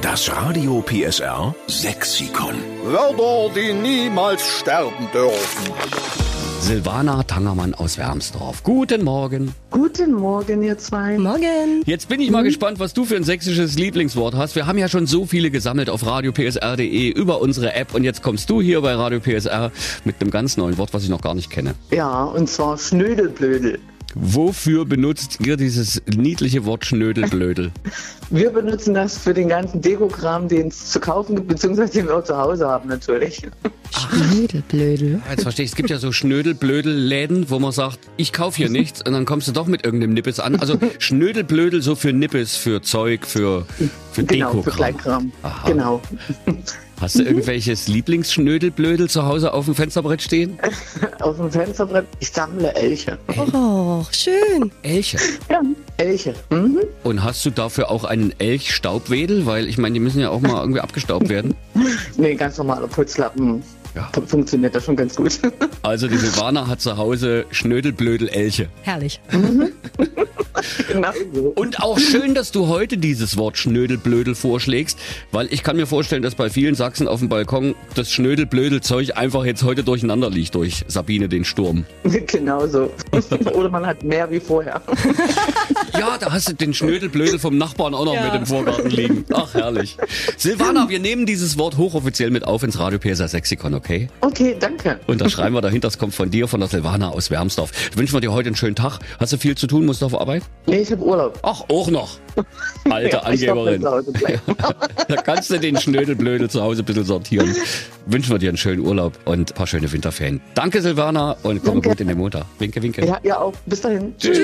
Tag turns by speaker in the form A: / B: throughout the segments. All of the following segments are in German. A: Das Radio PSR Sexikon.
B: Wörter, die niemals sterben dürfen.
C: Silvana Tangermann aus Wermsdorf. Guten Morgen.
D: Guten Morgen, ihr zwei.
E: Morgen.
C: Jetzt bin ich mal gespannt, was du für ein sächsisches Lieblingswort hast. Wir haben ja schon so viele gesammelt auf radiopsr.de E, über unsere App und jetzt kommst du hier bei Radio PSR mit einem ganz neuen Wort, was ich noch gar nicht kenne.
D: Ja, und zwar Schnödelblödel.
C: Wofür benutzt ihr dieses niedliche Wort Schnödelblödel?
D: Wir benutzen das für den ganzen Dekokram, den es zu kaufen gibt, beziehungsweise den wir auch zu Hause haben natürlich.
E: Blödel.
C: Jetzt verstehe ich, es gibt ja so Schnödelblödel-Läden, wo man sagt, ich kaufe hier nichts und dann kommst du doch mit irgendeinem Nippes an. Also Schnödelblödel so für Nippes, für Zeug, für, für
D: genau,
C: Dekokram.
D: für Kleinkram.
C: Aha.
D: Genau.
C: Hast du irgendwelches Lieblingsschnödelblödel zu Hause auf dem Fensterbrett stehen?
D: Auf dem Fensterbrett, ich sammle Elche.
E: Oh, schön.
C: Elche.
D: Ja, Elche. Mhm.
C: Und hast du dafür auch einen Elchstaubwedel? Weil ich meine, die müssen ja auch mal irgendwie abgestaubt werden.
D: Nee, ganz normaler Putzlappen.
C: Ja.
D: Fun- Funktioniert das schon ganz gut.
C: Also die Silvana hat zu Hause Schnödelblödel Elche.
E: Herrlich.
D: genau so.
C: Und auch schön, dass du heute dieses Wort Schnödelblödel vorschlägst, weil ich kann mir vorstellen, dass bei vielen Sachsen auf dem Balkon das Schnödelblödel-Zeug einfach jetzt heute durcheinander liegt durch Sabine den Sturm.
D: genau so. Oder man hat mehr wie vorher.
C: Ja, da hast du den Schnödelblödel vom Nachbarn auch noch
E: Ja.
C: mit im Vorgarten liegen. Ach, herrlich. Silvana, wir nehmen dieses Wort hochoffiziell mit auf ins Radio PSA Sexikon, okay?
D: Okay, danke.
C: Und da schreiben wir dahinter, das kommt von dir, von der Silvana aus Wermsdorf. Wünschen wir dir heute einen schönen Tag. Hast du viel zu tun, musst du auf Arbeit?
D: Nee, ich habe Urlaub.
C: Ach, auch noch. Alte
D: ich darf
C: Angeberin.
D: nicht zu Hause bleiben.
C: da kannst du den Schnödelblödel zu Hause ein bisschen sortieren. Wünschen wir dir einen schönen Urlaub und ein paar schöne Winterferien. Danke, Silvana, und komm
D: Danke.
C: gut in den Montag. Winke, winke.
D: Ja, ihr auch. Bis dahin. Tschüss.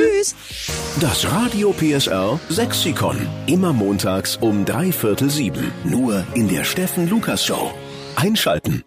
E: Tschüss.
A: Das Radio PSR Sexikon. Immer montags um drei Viertel sieben. Nur in der Steffen Lukas Show. Einschalten.